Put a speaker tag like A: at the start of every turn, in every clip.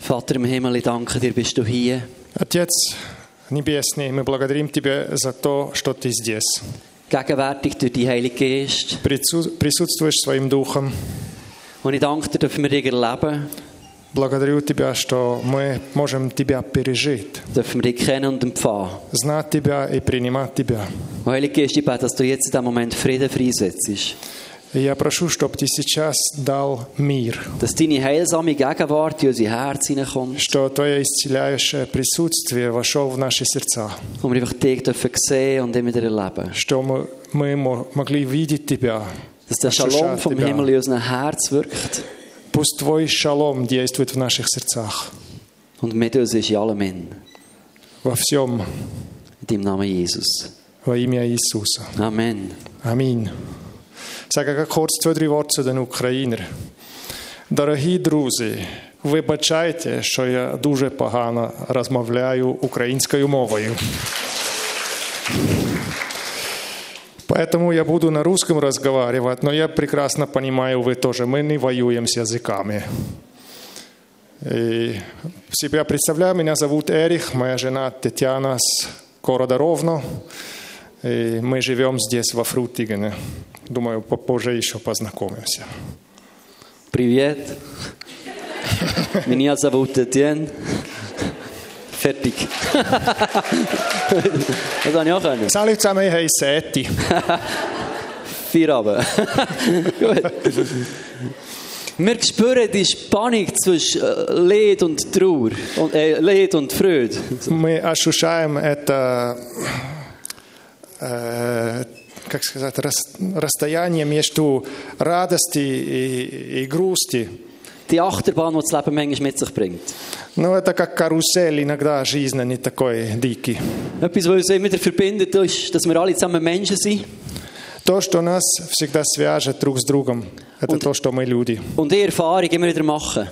A: Vater im Himmel, ich danke dir, bist du hier.
B: Отец Небесный, мы благодарим Тебя за то, что Ты здесь.
A: Gegenwärtig durch die Heilige Geist.
B: Прису- Присутствуешь своим Духом.
A: Und ich danke dir, dürfen wir dich erleben,
B: Благодарю Тебя, что мы можем Тебя пережить,
A: dürfen wir dich kennen und empfangen.
B: знать Тебя и принимать Тебя.
A: Und Heilige Geist, ich bete, dass du jetzt in diesem Moment Frieden freisetzt.
B: И я прошу, чтобы Ты сейчас дал мир,
A: Dass deine heilsame Gegenwart in unser Herz hineinkommt.
B: что Твое исцеляющее присутствие вошло в наши сердца,
A: Und wir einfach dich dürfen sehen und immer wieder erleben.
B: что мы, мы мо- могли видеть Тебя.
A: Dass der Shalom vom Himmel in unserem Herz wirkt.
B: Пусть Твой шалом действует в наших сердцах,
A: Und mit uns ist in allem in.
B: во всем,
A: In deinem Namen Jesus.
B: во имя Иисуса.
A: Amen.
B: Аминь. Sage gerade kurz zwei, drei Worte zu den Українern. Дорогі друзі, вибачайте, що я дуже погано розмовляю українською мовою. Поэтому я буду на русском разговаривать, но я прекрасно понимаю, вы тоже, мы не воюем с языками. И себя представляю, меня зовут Эрих, моя жена Тетяна с города Ровно. И мы живем здесь, во Фрутигене. Думаю, попозже еще познакомимся.
A: Привет. Меня зовут Etienne. Fertig. das habe ich auch können.
B: Салют, zusammen, ich heiße Eti.
A: Feierabend. Gut. Wir spüren die Spannung zwischen äh, Leid und Trauer. Und, äh, Leid und Freude.
B: Мы ощущаем это, э, как сказать, рас- расстояние между радости и, и грусти.
A: Die Achterbahn, die das Leben manchmal mit sich bringt.
B: Ну, это как карусель, иногда жизнь не такой дикий.
A: Etwas, was uns immer wieder verbindet, ist, dass wir alle zusammen Menschen sind.
B: То, что нас всегда свяжет друг с другом, это
A: Und-
B: то, что мы люди.
A: Und die Erfahrung immer wieder machen.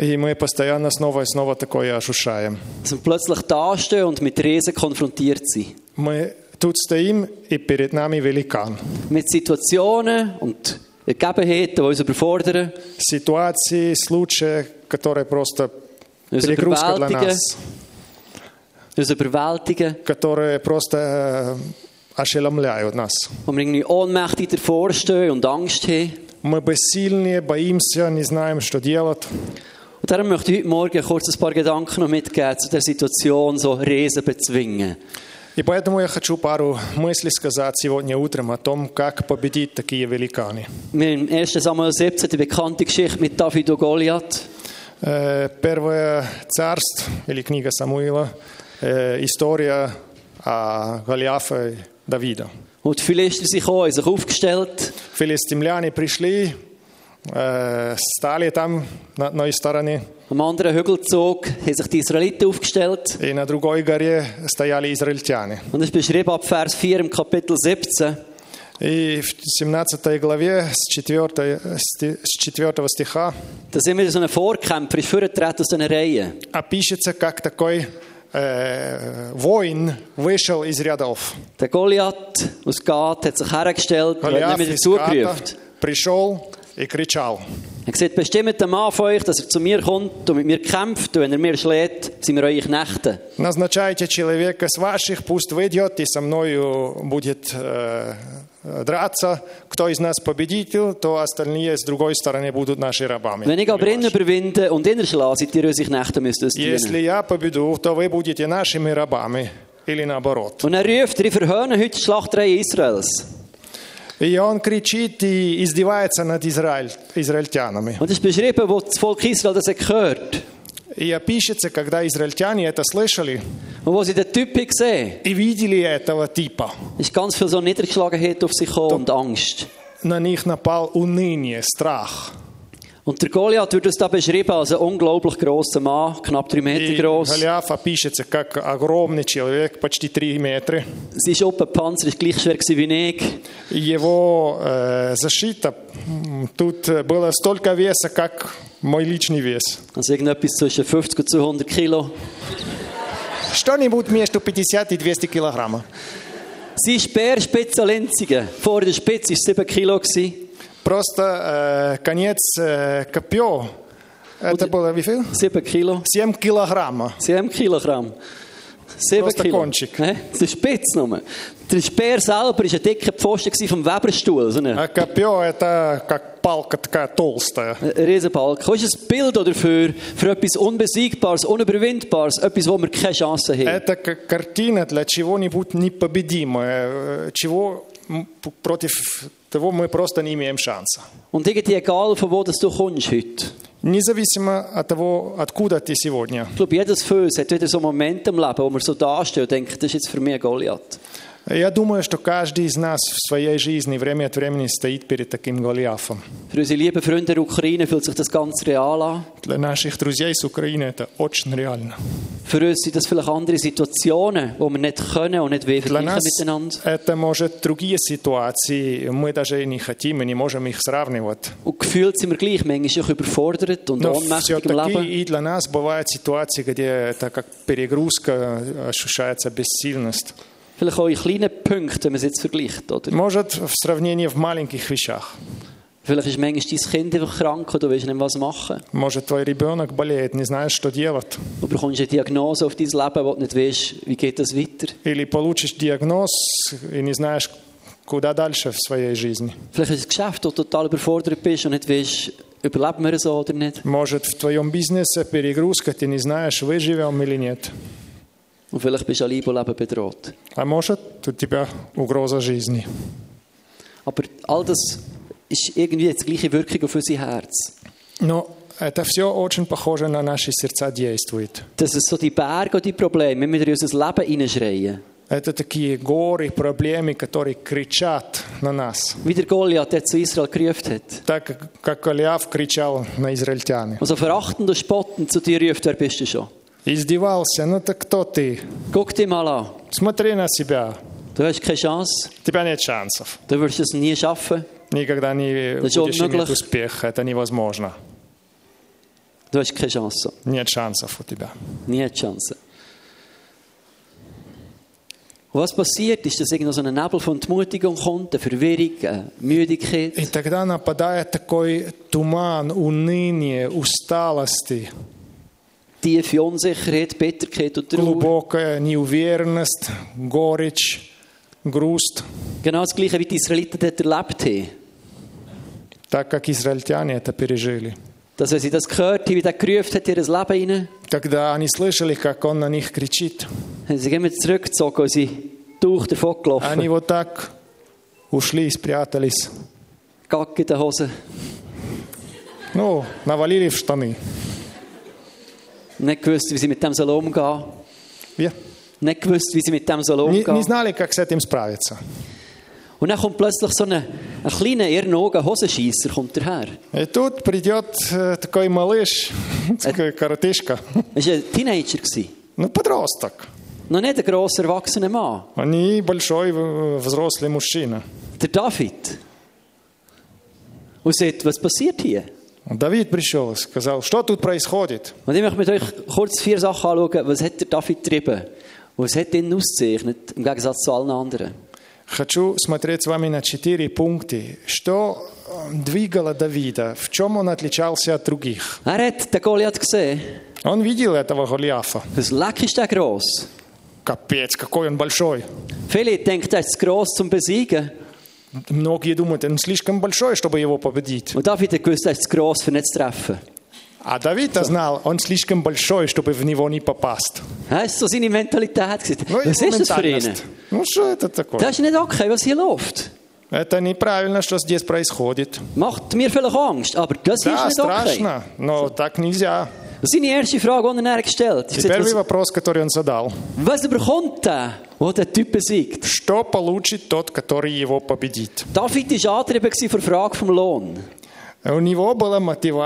B: И мы постоянно снова и снова такое ощущаем.
A: Dass wir plötzlich dastehen und mit Riesen konfrontiert sind.
B: Ми тут стоїмо, і перед нами великан.
A: Mit Situationen und Gegebenheiten, die uns überfordern,
B: Ситуації, случаї, які просто
A: Це
B: перегрузка для
A: прибалтика.
B: нас,
A: uns überwältigen,
B: які просто е, ошеломляють нас.
A: wo wir irgendwie ohnmächtig davorstehen und Angst haben.
B: Ми безсильні, боїмося, не знаємо, що робити.
A: Und darum möchte ich heute Morgen kurz ein paar Gedanken noch mitgeben zu der Situation, so Riesen bezwingen.
B: И поэтому я хочу пару мыслей сказать сегодня утром о том, как победить такие великаны.
A: Wir haben im 1. Samuel 17 die bekannte Geschichte mit David und Goliath.
B: Э, Первое царство или книга Самуила, э, история о Голиафе и Давида.
A: Und die Philister sind gekommen, haben sich aufgestellt.
B: Филистимляне пришли, э, стали там на одной стороне,
A: Am anderen Hügelzug haben sich die Israeliten aufgestellt.
B: и на другой горе стояли израильтяне.
A: Und es ist beschrieben ab Vers 4 im Kapitel 17.
B: И в 17 главе с 4, с 4 стиха
A: dass immer so ein Vorkämpfer ist, vorgetreten aus diesen Reihen.
B: опишется, как такой э, воин вышел из рядов.
A: Der Goliath aus Gath hat sich hergestellt und hat nicht
B: Голиаф
A: mehr
B: из
A: dazugerufen.
B: Гата пришел и кричал.
A: Er sagt, bestimmt den Mann von euch, dass er zu mir kommt und mit mir kämpft. Und wenn er mir schlägt, sind wir eure Knechte.
B: Назначайте человека с ваших, пусть выйдет и со мною будет э, драться. Кто из нас победитель, то остальные с другой стороны будут наши рабами.
A: Wenn ich aber ihn
B: Или ваши.
A: überwinde und ihn erschlage, seid ihr unsere Knechte, müsst ihr uns
B: Если
A: dienen.
B: я победу, то вы будете нашими рабами. Или наоборот.
A: Und er ruft, ihr verhöhnt heute die Schlachtreihe Israels.
B: И он кричит и издевается над Израиль, израильтянами.
A: Und es ist beschrieben, wo das Volk Israel das hat gehört
B: И опишется, когда израильтяне это слышали
A: Und wo sie den Typen sehen,
B: и видели этого типа.
A: ist ganz viel so Niedergeschlagenheit auf sich gekommen und Angst.
B: На них напал уныние, страх.
A: Und der Goliath wird uns da beschrieben als ein unglaublich grosser Mann, knapp drei Meter
B: И
A: gross.
B: Голиафа пишется как огромный человек, почти 3 метра.
A: Sein Schuppenpanzer war gleich schwer gewesen wie ich.
B: Его э, защита м, тут э, было столько веса, как мой личный вес.
A: Also irgendetwas zwischen 50 und 200 Kilo.
B: Что-нибудь между 50 и 200 килограмма.
A: Sein Speerspitze Linzigen. Vor der Spitze war es 7 Kilo. gewesen.
B: Просто э, конец э, копье Это было wie viel?
A: 7 Kilo.
B: 7 Kilogramm.
A: 7 Kilogramm. 7
B: Bloß der
A: Kilo.
B: Konchik.
A: Hä? Das ist spitz nur. Der Speer selber war ein dicker Pfosten gewesen vom Weberstuhl. So eine
B: А копье – это как палка такая толстая.
A: ein Riesenbalken. Das ist ein Bild auch dafür, für etwas Unbesiegbares, Unüberwindbares, etwas, wo wir keine Chance haben.
B: Это как картина для чего-нибудь непобедимое, э, чего м, п- против того мы просто не имеем шанса.
A: Und irgendwie egal, von wo das du kommst heute.
B: Независимо от того, откуда ты сегодня.
A: Ich glaube, jedes von uns hat wieder so einen Moment im Leben, wo man so dasteht und denkt, das ist jetzt für mich ein Goliath.
B: Я думаю, что каждый из нас в своей жизни время от времени стоит перед таким Голиафом.
A: Für unsere lieben Freunde der Ukraine fühlt sich das ganz real an.
B: Для наших друзей с Украины это очень реально.
A: Für uns sind das vielleicht andere Situationen, wo wir nicht können und nicht wollen
B: Для
A: vergleichen
B: нас
A: miteinander.
B: это, может, другие ситуации. Мы даже и не хотим и не можем их сравнивать.
A: Und gefühlt sind wir gleich manchmal auch überfordert und
B: Но
A: ohnmächtig im Leben.
B: все-таки и для нас бывают ситуации, где это как перегрузка, ощущается бессильность.
A: Vielleicht auch in kleinen Punkten, wenn man es jetzt vergleicht. Oder?
B: Может, в сравнении в маленьких вещах.
A: Vielleicht ist manchmal dein Kind einfach krank und du willst nicht was machen.
B: Может, твой ребенок болеет, не знаешь, что делать.
A: Du bekommst eine Diagnose auf dein Leben, wo du nicht weißt, wie geht das weiter.
B: Или получишь диагноз и не знаешь, куда дальше в своей жизни.
A: Vielleicht ist ein Geschäft, wo du total überfordert bist und nicht weißt, überleben wir so oder nicht.
B: Может, в твоем бизнесе перегрузка, ты не знаешь, выживем или нет.
A: Und vielleicht bist du an Leib und Leben bedroht.
B: А может, у тебя угроза жизни.
A: Aber all das ist irgendwie die gleiche Wirkung auf unser Herz.
B: Но это все очень похоже на наши сердца действует.
A: Dass es so die Berge und die Probleme, wenn wir in unser Leben hineinschreien.
B: Это такие горы, проблемы, которые кричат на нас.
A: Wie der Goliath, der zu Israel gerufen hat.
B: Так как Голиаф кричал на израильтян.
A: Und so verachtend und spottend zu dir ruft, wer bist du schon?
B: Издевался, ну так кто ты?
A: Guck dich mal an.
B: Смотри на себя.
A: Du hast keine Chance.
B: У тебя нет шансов.
A: Du wirst es nie schaffen.
B: Никогда не
A: Да чё,
B: будешь иметь
A: наглых?
B: успеха. Это невозможно.
A: Du hast keine Chance.
B: Нет шансов у тебя.
A: Nie eine Chance. Und was passiert ist, dass irgendwo so ein Nebel von Entmutigung kommt, eine Verwirrung, eine Müdigkeit.
B: И тогда нападает такой туман, уныние, усталости,
A: tiefe Unsicherheit, Bitterkeit und Trauer.
B: глубокая неуверенность, горечь, грусть.
A: Genau das Gleiche, wie die Israeliten dort erlebt haben.
B: Так как израильтяне это пережили.
A: Dass, wenn sie das gehört haben, wie der gerufen hat in ihr Leben hinein,
B: Когда они слышали, как он на них кричит,
A: haben sie sich immer zurückgezogen und sie durch davon gelaufen.
B: они вот так ушли и спрятались.
A: Gack in den Hosen.
B: Ну, навалили в штаны.
A: Nicht gewusst, wie sie mit dem sollen umgehen
B: Я-
A: Nicht gewusst, wie sie mit dem sollen
B: Не,
A: umgehen
B: не знали, как с этим справиться.
A: Und dann kommt plötzlich so ein, ein kleiner, in ihren Augen Hosenscheisser kommt daher.
B: И тут придет э, такой малыш, такой коротышка,
A: Das war ein Teenager. gewesen.
B: ну, подросток.
A: Noch nicht ein grosser, erwachsener Mann.
B: А не большой э, взрослый мужчина.
A: Der David. Und sagt, was passiert hier?
B: Давид пришел и сказал, что тут происходит?
A: Und ich möchte mit euch kurz vier Sachen anschauen. Was hat der David getrieben? Und was hat ihn ausgezeichnet, im Gegensatz zu allen anderen?
B: Хочу смотреть с вами на четыре пункта. Что э, двигало Давида? В чем он отличался от других?
A: Er hat den Goliath gesehen.
B: Он видел этого Голиафа.
A: Das Leck ist der gross.
B: Капец, какой он большой.
A: Viele denken, er ist zu gross zum Besiegen.
B: Многие думают, он слишком большой, чтобы его победить.
A: Und David hat gewusst, er ist zu gross, um nicht zu treffen.
B: А Давид знал, он слишком большой, чтобы в него не попасть.
A: Das ist so seine Mentalität. gewesen.
B: Ну,
A: Was
B: его
A: ist das für ihn?
B: ментальность. Ну, что это такое?
A: Das ist nicht okay, was hier läuft.
B: Это неправильно, что здесь происходит.
A: Macht mir vielleicht Angst, aber das ist
B: Да,
A: nicht okay.
B: страшно, но так нельзя.
A: Und seine erste Frage, die er dann gestellt hat, ist,
B: Теперь
A: was,
B: вопрос, который он задал.
A: was überkommt der, der den Typ besiegt?
B: Что получит тот, который его победит?
A: David war angetrieben gewesen von der Frage vom Lohn.
B: У него была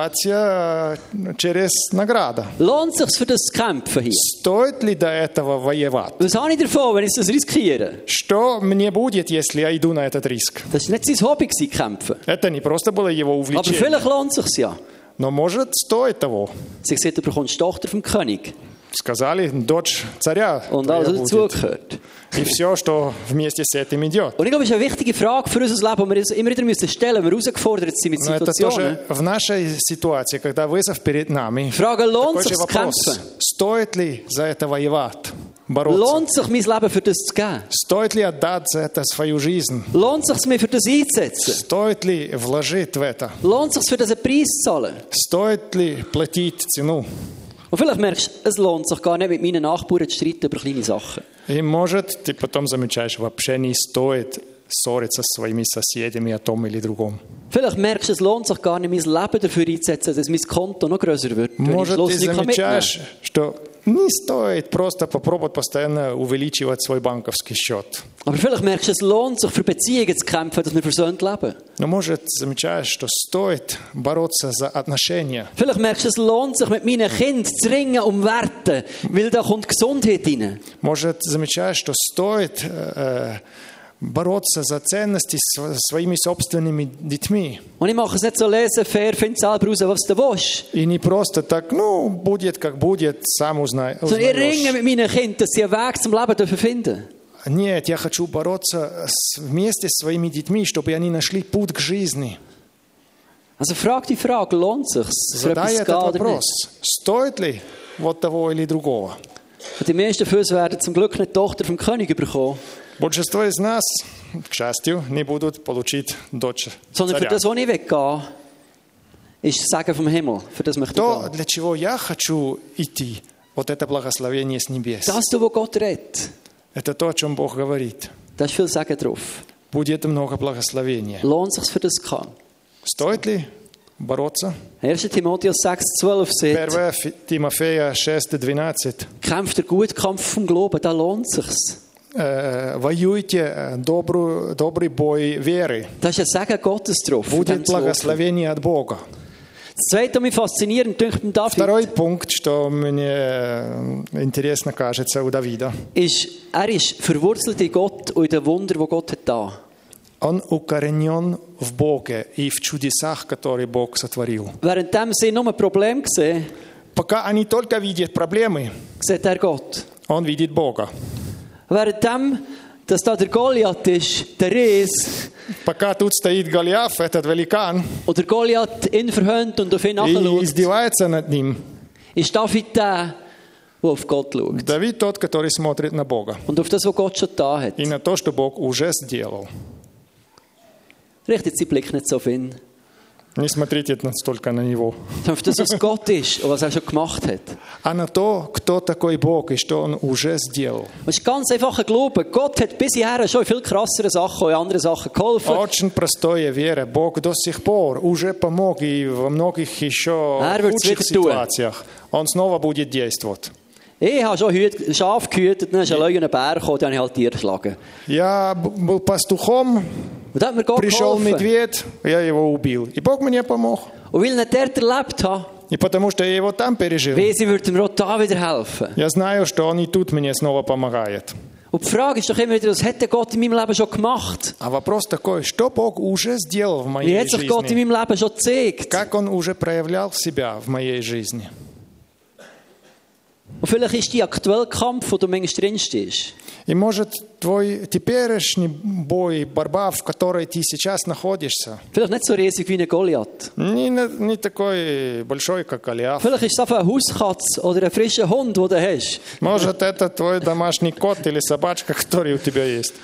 B: мотивация э, через награда.
A: Lohnt es sich für das Kämpfen hier?
B: Стоит ли до этого воевать?
A: Was habe ich davon, wenn ich das riskiere?
B: Что мне будет, если я иду на этот риск?
A: Das war nicht sein Hobby, gewesen, kämpfen.
B: Это не просто было его
A: Aber
B: увлечение,
A: vielleicht lohnt es sich ja.
B: но может стоит того.
A: Sie sieht, du bekommst die Tochter vom König.
B: Сказали, дочь царя.
A: Und
B: твоя
A: alles was
B: будет.
A: dazugehört.
B: И все, что вместе с этим идет.
A: Und ich glaube, das ist eine wichtige Frage für unser Leben, die wir uns immer wieder müssen stellen müssen, wenn wir herausgefordert sind mit
B: Но это
A: Situationen.
B: тоже в нашей ситуации, когда вызов перед нами.
A: Die Frage, lohnt
B: Такой
A: es sich
B: же
A: zu
B: вопрос.
A: kämpfen?
B: Стоит ли за это воевать, бороться?
A: Lohnt es sich, mein Leben für das zu geben?
B: Стоит ли отдать за это свою жизнь?
A: Lohnt es sich, mir für das einzusetzen?
B: Стоит ли вложить в это?
A: Lohnt es sich, für das einen Preis zu zahlen?
B: Стоит ли платить цену?
A: Und vielleicht merkst du, es lohnt sich gar nicht, mit meinen Nachbarn zu streiten über kleine Sachen.
B: И, может, ты потом замечаешь, вообще не стоит ссориться со своими соседями о том или другом.
A: Vielleicht merkst du, es lohnt sich gar nicht, mein Leben dafür einzusetzen, dass mein Konto noch grösser wird. wenn ich am
B: Может,
A: Schluss
B: ты
A: nicht mitnehmen kann.
B: замечаешь, что не стоит просто попробовать постоянно увеличивать свой банковский счет.
A: Aber vielleicht merkst du, es lohnt sich, für Beziehungen zu kämpfen, dass wir versöhnt leben.
B: Но, может, замечаешь, что стоит бороться за отношения.
A: Vielleicht merkst du, es lohnt sich, mit meinen Kindern zu ringen um Werte, weil da kommt Gesundheit rein.
B: Может, замечаешь, что стоит э, бороться за ценности со своими собственными детьми.
A: Und ich mache es nicht so lesen, fair, find selber raus, was du willst.
B: И не просто так, ну, будет как будет, сам узнай.
A: Sondern ich
B: узнаешь.
A: ringe mit meinen Kindern, dass sie einen Weg zum Leben dürfen finden
B: Нет, я хочу бороться с- вместе с своими детьми, чтобы они нашли путь к жизни.
A: Also frag die Frage, lohnt es sich, für
B: Задай
A: etwas zu gehen
B: этот
A: oder
B: вопрос.
A: nicht?
B: Стоит ли вот того или другого?
A: Und die meisten von uns werden zum Glück nicht die Tochter vom König bekommen,
B: Большинство из нас, к счастью, не будут получить дочь
A: sondern für
B: царя.
A: das, was ich will gehen ist das Segen vom Himmel. Für das möchte ich
B: То,
A: gehen.
B: для чего я хочу идти, вот это благословение с небес.
A: Das, was Gott redet,
B: Это то, о чем Бог говорит.
A: da ist viel Segen drauf.
B: Будет много благословения.
A: Lohnt es sich, für das zu gehen?
B: Стоит ли бороться?
A: 1. Timotheus 6, 12 sagt,
B: 1 Фи- Тимофея 6:12.
A: kämpft der gute Kampf vom Glauben, da lohnt es sich.
B: Э, Воюйте э, добрую, добрый бой веры.
A: Da ist ein Segen Gottes drauf. für
B: Будет
A: den zu laufen.
B: благословение от Бога.
A: Das Zweite, was mich faszinierend dünkt, beim David,
B: Второй пунkt, что мне э, интересно кажется у Давида.
A: ist, er ist verwurzelt in Gott und in den Wundern, die Gott hat da.
B: Он укоренен в Боге и в чудесах, которые Бог сотворил.
A: Während dem sie nur ein Problem sehen,
B: Пока они только видят проблемы,
A: sieht er Gott.
B: он видит Бога.
A: Während dem, dass da der Goliath ist, der Ries,
B: Пока тут стоит Голиаф, этот великан,
A: und der Goliath ihn verhöhnt und auf ihn
B: и
A: nachschaut,
B: издевается над ним,
A: ist David der, der auf Gott schaut.
B: Давид тот, который смотрит на Бога
A: Und auf das, was Gott schon da hat.
B: и на то, что Бог уже сделал.
A: Richtet seinen Blick nicht so auf ihn.
B: Не смотрите настолько на него,
A: sondern auf das, was Gott ist und was er schon gemacht hat.
B: а на то, кто такой Бог и что он уже сделал.
A: Und es ist ganz einfach ein Glaube. Gott hat bisher schon in viel krasseren Sachen und in anderen Sachen geholfen.
B: Очень простая вера. Бог до сих пор уже помог и во многих еще
A: Er wird's
B: худших
A: wieder tun.
B: ситуациях. Он снова будет действовать.
A: Ich habe schon Hüt, Schaf gehütet, dann ist ein Löwe und ein Bär gekommen, dann habe ich halt Tiere geschlagen.
B: Я б- был пастухом,
A: Und da hat mir Gott
B: пришел
A: geholfen.
B: медведь, я его убил. И Бог мне помог.
A: Und weil ich nicht dort erlebt habe,
B: И потому что я его там пережил.
A: weiss ich, würde mir auch da wieder helfen.
B: Я знаю, что он и тут мне снова помогает.
A: Und die Frage ist doch immer wieder, was hat denn Gott in meinem Leben schon gemacht?
B: А вопрос такой, что Бог уже сделал в
A: Wie
B: моей
A: hat sich Gott in
B: жизни?
A: meinem Leben schon gezeigt?
B: Как Он уже проявлял себя в моей жизни?
A: Und vielleicht ist die aktuelle Kampf, wo du manchmal drinstehst.
B: И может твой теперешний бой, борьба, в которой ты сейчас находишься,
A: Vielleicht nicht so riesig wie ein Goliath.
B: не, на- не такой большой, как Голиаф.
A: Vielleicht ist es einfach eine Hauskatze oder ein frischer Hund, den du hast.
B: Может, это твой домашний кот или собачка, который у тебя есть.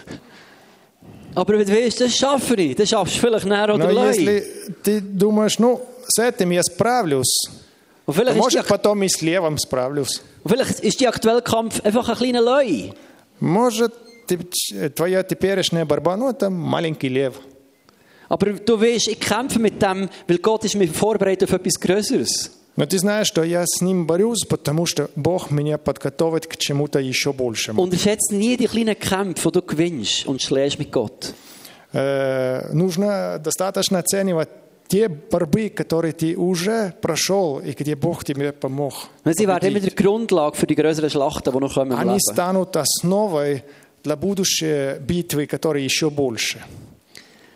A: Aber wenn du weißt, das schaffe ich, dann schaffst du vielleicht näher oder
B: Но
A: Leute.
B: если ты думаешь, ну, с этим я справлюсь, а
A: Und vielleicht, ist die,
B: может, потом и с левым справлюсь.
A: und vielleicht ist die aktuelle Kampf einfach ein kleiner Leu.
B: Может, ты- ч- твоя теперешняя борьба, ну, это маленький лев.
A: Aber du weißt, ich kämpfe mit dem, weil Gott ist mich vorbereitet auf etwas Größeres.
B: Но ты знаешь, что я с ним борюсь, потому что Бог меня подготовит к чему-то еще большему.
A: Unterschätze nie die kleinen Kämpfe, die du gewinnst und schlägst mit Gott.
B: Э, нужно достаточно оценивать те борьбы, которые ты уже прошел и где Бог тебе помог.
A: Weil sie werden immer
B: победить.
A: die Grundlage für die größeren Schlachten, die noch kommen im
B: Они
A: Leben.
B: станут основой для будущей битвы, которые еще больше.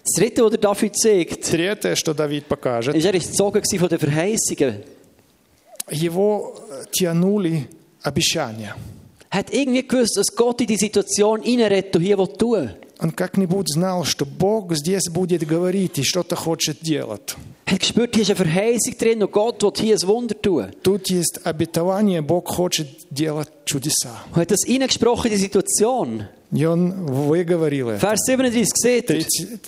A: Das Dritte, was der David sagt,
B: Третье, что Давид покажет,
A: ist, er war gezogen von den Verheißungen.
B: его тянули обещание.
A: Hat irgendwie gewusst, dass Gott in die Situation hineinredet und hier will tun.
B: Он как-нибудь знал, что Бог здесь будет говорить и что-то хочет делать.
A: Hat gespürt, hier ist eine Verheißung drin und Gott will hier ein Wunder tun.
B: Тут есть обетование, Бог хочет делать чудеса.
A: Und hat das hineingesprochen in die Situation.
B: И он выговорил это.
A: Vers 37 seht ihr.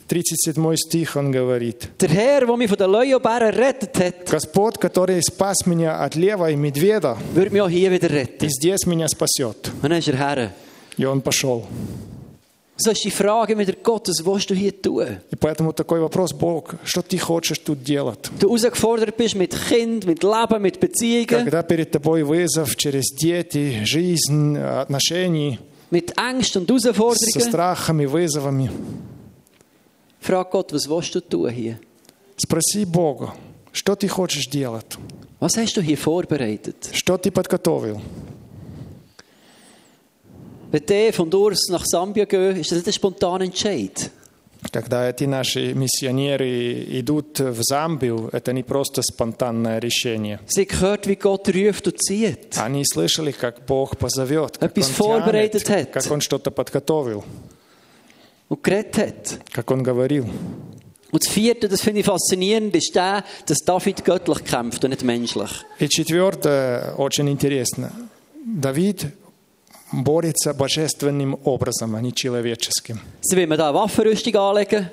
B: 30 37 стих он говорит.
A: Der Herr, der mich von den Leuenbären rettet hat,
B: Господь, который спас меня от лева и медведа,
A: wird mich auch hier wieder
B: и
A: retten.
B: здесь меня спасет.
A: Und dann ist er her.
B: И он пошел.
A: So ist die Frage wieder, Gott, was willst du hier tun?
B: И поэтому такой вопрос, Бог, что ты хочешь тут делать?
A: Du herausgefordert bist mit Kind, mit Leben, mit Beziehungen,
B: Когда перед тобой вызов через дети, жизнь, отношения,
A: mit Ängsten und
B: со
A: Herausforderungen,
B: страхами, вызовами,
A: frag Gott, was willst du tun hier?
B: спроси Бога, что ты хочешь делать?
A: Was hast du hier vorbereitet?
B: Что ты подготовил?
A: Wenn die von Urs nach Sambia gehen, ist das nicht ein spontaner Entscheid.
B: Когда эти наши миссионеры идут в Замбию, это не просто спонтанное решение.
A: Sie haben gehört, wie Gott ruft und zieht.
B: Они слышали, как Бог позовет, как
A: Etwas
B: он
A: vorbereitet hat.
B: тянет, как Он что-то подготовил,
A: und geredet hat.
B: как Он говорил.
A: Und das vierte, das finde ich faszinierend, ist der, dass David göttlich kämpft und nicht menschlich.
B: И четвертое, очень интересно. Давид борется божественным образом, а не человеческим.
A: Sie will mir da eine Waffenrüstung anlegen.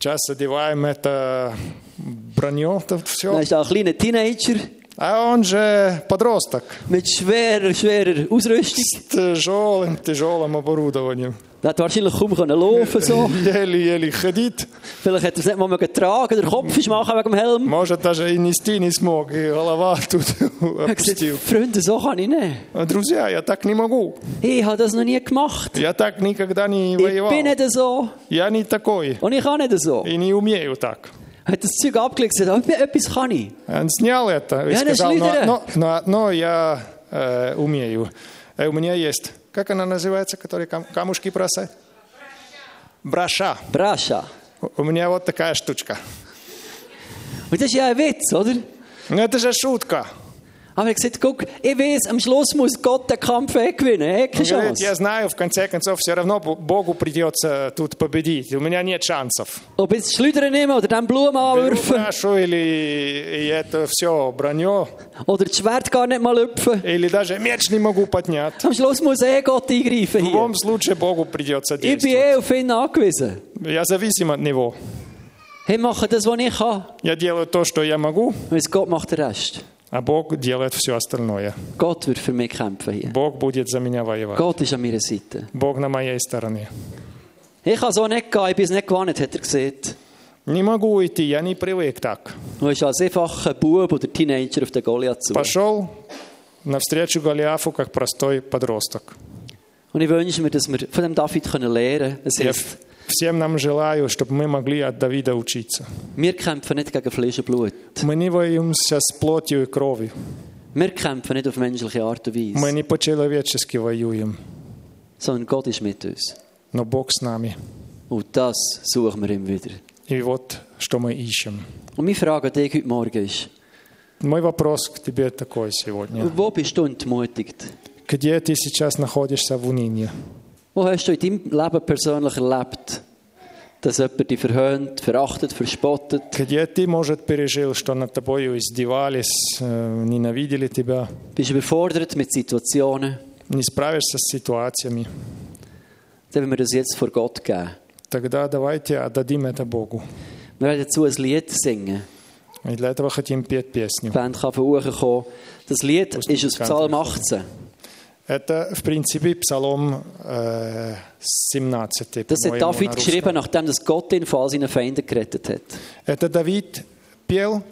B: Сейчас одеваем это броню, это
A: Dann
B: все.
A: ist da ein kleiner Teenager
B: А он же подросток
A: mit schwerer, schwerer Ausrüstung.
B: с тяжелым, тяжелым оборудованием.
A: Der hat wahrscheinlich kaum können laufen so.
B: Еле-еле ходит.
A: Vielleicht hätte er es nicht mal mögen tragen der Kopf ist machen wegen dem Helm.
B: Может, даже и нести не смог, и голова тут
A: Er hat gesagt,
B: опустил.
A: Freunde, so kann ich nicht.
B: Друзья, я так не могу.
A: Ich habe das noch nie gemacht.
B: Я так никогда не
A: Ich bin
B: воевал.
A: nicht so
B: Я не такой.
A: und ich kann nicht so.
B: И не умею так.
A: Er hat das Zeug abgelegt und gesagt, etwas kann ich.
B: Он снял это и
A: Я не
B: сказал,
A: лидера».
B: но, но- но одно я э, умею. Э, у меня есть, как она называется, которая кам- камушки бросает? Браша.
A: Brascha.
B: У- У меня вот такая штучка.
A: Und das ist ja ein Witz, oder?
B: Ну это же шутка.
A: Aber er hat gesagt, guck, ich weiß, am Schluss muss Gott den Kampf eh gewinnen. Eh, keine
B: Он говорит,
A: Chance.
B: я знаю, в конце концов, все равно Бо- Богу придется тут победить. У меня нет шансов.
A: Ob jetzt Schleudern nehmen oder dann Blumen
B: Беру
A: anwerfen
B: Брашу или и это все броню,
A: oder das Schwert gar nicht mal lüpfen.
B: или даже меч не могу поднять.
A: Am Schluss muss eh Gott eingreifen
B: В
A: hier.
B: любом случае Богу придется
A: Ich bin
B: действовать.
A: eh auf ihn angewiesen.
B: Я зависим от Него.
A: Ich mache das, was ich kann.
B: Я делаю то, что я могу,
A: Und jetzt Gott macht den Rest.
B: А Бог делает все остальное.
A: Gott wird für mich kämpfen hier.
B: Бог будет за меня воевать.
A: Gott ist an meiner Seite.
B: Бог на моей стороне.
A: Ich kann so nicht gehen, ich bin es nicht gewohnt, hat er gesagt.
B: Не могу уйти, я не привык так.
A: Und er ist als einfacher Bub oder Teenager auf den Goliath zu.
B: Пошел навстречу Голиафу, как простой подросток.
A: Und ich wünsche mir, dass wir von dem David können lernen können. Es
B: Я
A: heisst,
B: в- всем нам желаю, чтобы мы могли от Давида учиться.
A: wir kämpfen nicht gegen Fleisch und Blut.
B: Мы не воюемся с плотью и кровью.
A: Wir kämpfen nicht auf menschliche Art und
B: Мы
A: Weise,
B: не по-человечески воюем,
A: sondern Gott ist mit uns.
B: но Бог с нами.
A: Und das suchen wir ihm wieder.
B: И вот, что мы ищем.
A: Und meine Frage an dich heute Morgen ist,
B: Мой вопрос к тебе такой сегодня.
A: wo bist du entmutigt?
B: Где ты сейчас находишься в унынии?
A: Wo hast du in deinem Leben persönlich erlebt, dass jemand dich verhöhnt, verachtet, verspottet?
B: Где ты, может, пережил, что над тобою издевались, э, ненавидели тебя,
A: Bist du überfordert mit Situationen?
B: не справишься с ситуациями?
A: Dann wollen wir das jetzt vor Gott geben.
B: Тогда давайте отдадим это Богу.
A: Wir werden dazu ein Lied singen.
B: И для этого хотим петь
A: Die
B: песню.
A: Band kann von unten kommen. Das Lied ist aus Psalm 18.
B: Это, в принципе, Псалом э, 17.
A: Das hat
B: по-моему, на
A: David
B: русском.
A: geschrieben, nachdem das Gott ihn von all seinen Feinden gerettet hat.
B: Это Давид пел,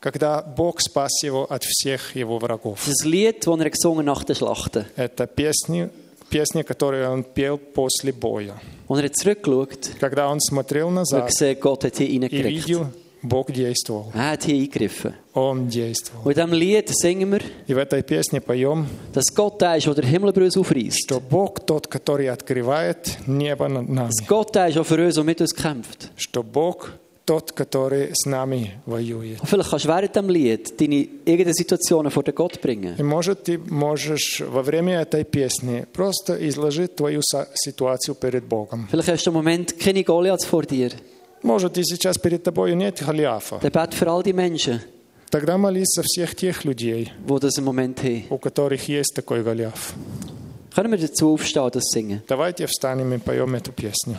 B: когда Бог спас его от всех его врагов.
A: Das ist ein Lied, das er gesungen nach den Schlachten.
B: Это песни, песни, которые он пел после боя.
A: Und er hat zurückgeschaut
B: Когда он смотрел
A: und
B: назад
A: gesehen, Gott hat hier
B: и
A: reingeredet.
B: видел, Бог действовал.
A: Er hat hier eingegriffen.
B: Он действовал.
A: Und in diesem Lied singen wir,
B: И в этой песне поем,
A: dass Gott der ist, der den Himmel über uns aufreißt.
B: что Бог тот, который открывает небо над нами,
A: Dass Gott der ist, der für uns und mit uns kämpft.
B: что Бог тот, который с нами воюет.
A: Und Vielleicht kannst du während diesem Lied deine eigenen Situationen vor den Gott bringen.
B: И может ты можешь во время этой песни просто изложить твою са- ситуацию перед Богом.
A: Vielleicht hast du im Moment keine Goliaths vor dir.
B: Может и сейчас перед тобой нет Голиафа.
A: Dann bete für all die Menschen,
B: Тогда молись за всех тех людей,
A: die das im Moment haben.
B: у которых есть такой Голиаф.
A: Können wir dazu aufstehen und das singen?
B: Давайте встанем и поем эту песню.